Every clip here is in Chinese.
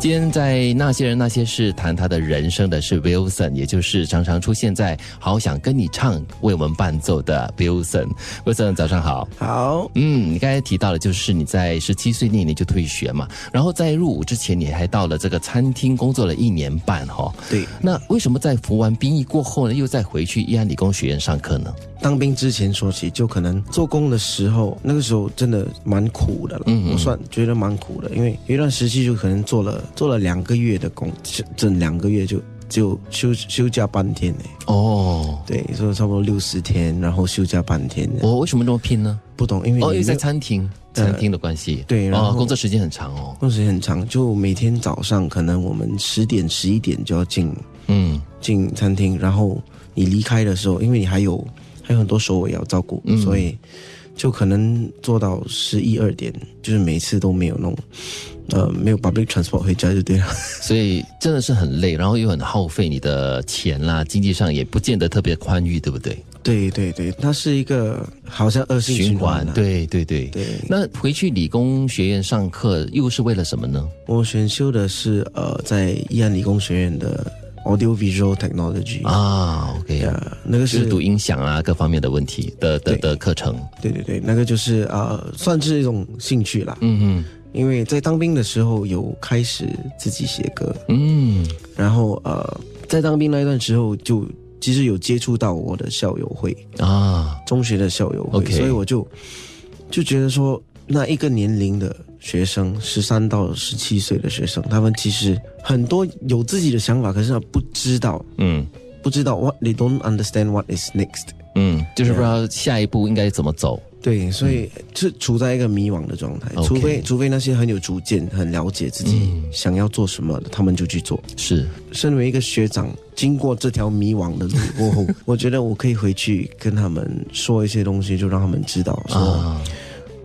今天在那些人那些事谈他的人生的是 Wilson，也就是常常出现在《好想跟你唱》为我们伴奏的 Wilson。Wilson，早上好。好，嗯，你刚才提到了，就是你在十七岁那年就退学嘛，然后在入伍之前，你还到了这个餐厅工作了一年半哦。对，那为什么在服完兵役过后呢，又再回去伊安理工学院上课呢？当兵之前说起，就可能做工的时候，那个时候真的蛮苦的了。嗯嗯我算觉得蛮苦的，因为有一段时期就可能做了做了两个月的工，整整两个月就就休休假半天呢。哦，对，所以差不多六十天，然后休假半天的。我为什么这么拼呢？不懂，因为哦，你因为在那餐厅，餐厅的关系。对然哦后，工作时间很长哦。工时很长，就每天早上可能我们十点十一点就要进嗯进餐厅，然后你离开的时候，因为你还有还有很多手尾要照顾，嗯所以就可能做到十一二点，就是每次都没有弄，呃，没有 public transport 回家就对了。 所以真的是很累，然后又很耗费你的钱啦，经济上也不见得特别宽裕，对不对？对对对，它是一个好像恶性循环啊。对对对。对，那回去理工学院上课又是为了什么呢？我选修的是呃，在伊安理工学院的 audio visual technology 啊，OK，呃，那个就是是读音响啊各方面的问题的的的课程。对对对，那个就是呃，算是一种兴趣啦。嗯因为在当兵的时候有开始自己写歌，嗯嗯，然后呃，在当兵那一段时候就其实有接触到我的校友会，啊，中学的校友会 OK 所以我就就觉得说，那一个年龄的学生，十三到十七岁的学生，他们其实很多有自己的想法，可是他不知道，嗯不知道 what they don't understand what is next。嗯，就是不知道下一步应该怎么走。对，所以嗯是处在一个迷惘的状态， OK 除非除非那些很有主见、很了解自己嗯想要做什么的，他们就去做。是，身为一个学长，经过这条迷惘的路过 后，我觉得我可以回去跟他们说一些东西，就让他们知道说、啊，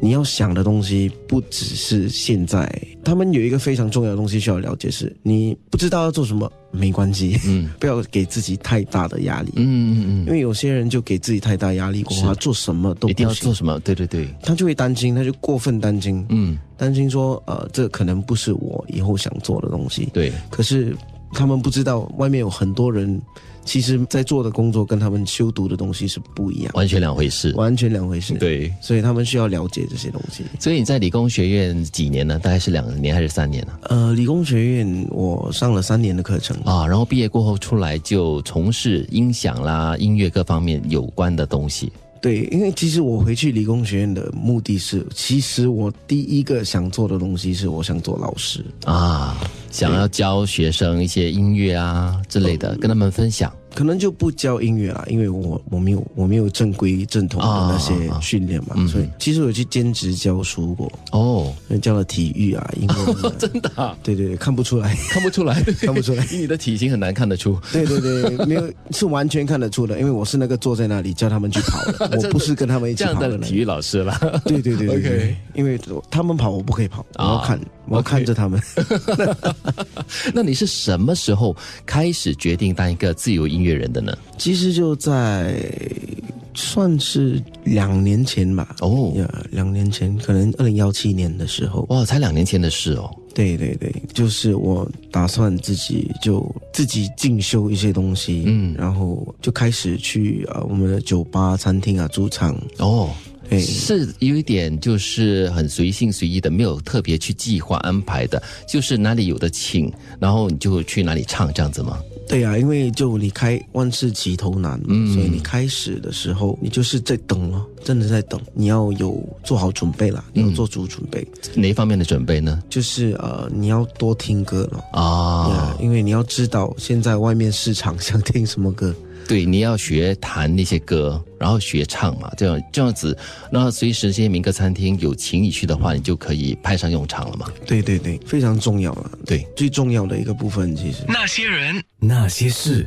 你要想的东西不只是现在。他们有一个非常重要的东西需要了解是，你不知道要做什么没关系，嗯 不要给自己太大的压力，嗯嗯因为有些人就给自己太大压力过后，是他做什么都嗯，不一定要行做什么？对对对，他就会担心，他就过分担心，嗯，担心说，呃，这可能不是我以后想做的东西。对，可是他们不知道，外面有很多人，其实在做的工作跟他们修读的东西是不一样，完全两回事。完全两回事。，对，所以他们需要了解这些东西。所以你在理工学院几年呢？大概是两年还是三年呢、呃，理工学院我上了三年的课程，啊？然后毕业过后出来就从事音响啦、音乐各方面有关的东西。对，因为其实我回去理工学院的目的是，其实我第一个想做的东西是我想做老师。啊，想要教学生一些音乐啊之类哦的，跟他们分享。可能就不教音乐啦，因为我我没有我没有正规正统的那些训练嘛，所以其实我去兼职教书过，哦，，教了体育啊、英文、啊 真的、啊、对对对，看不出来，看不出来，看不出来， 以你的体型很难看得出。 对对对，没有是完全看得出的，因为我是那个坐在那里叫他们去跑 的，我不是跟他们一起啊这样跑的的那体个。育老师啦， 对对对对 OK 啊对，因为他们跑我不可以跑，我要看，我要看着 他们。那你是什么时候开始决定当一个自由音乐人的呢？其实就在算是两年前吧，哦，呀，两年前可能二零幺七年的时候，哇，才两年前的事哦。对对对，就是我打算自己就自己进修一些东西，嗯然后就开始去呃我们的酒吧、餐厅啊、驻场，哦，对是有一点就是很随性随意的，没有特别去计划安排的，就是哪里有的请，然后你就去哪里唱这样子吗？对啊，因为就你开万事起头难嘛，嗯所以你开始的时候你就是在等咯，真的在等，你要有做好准备啦，你要做足准备，哪一方面的准备呢？就是呃你要多听歌咯。对啊啊，，因为你要知道现在外面市场想听什么歌，对，你要学弹那些歌，然后学唱嘛，这样这样子，那随时这些民歌餐厅有请你去的话，你就可以派上用场了嘛。对对对，非常重要了，对，最重要的一个部分其实。那些人，那些事。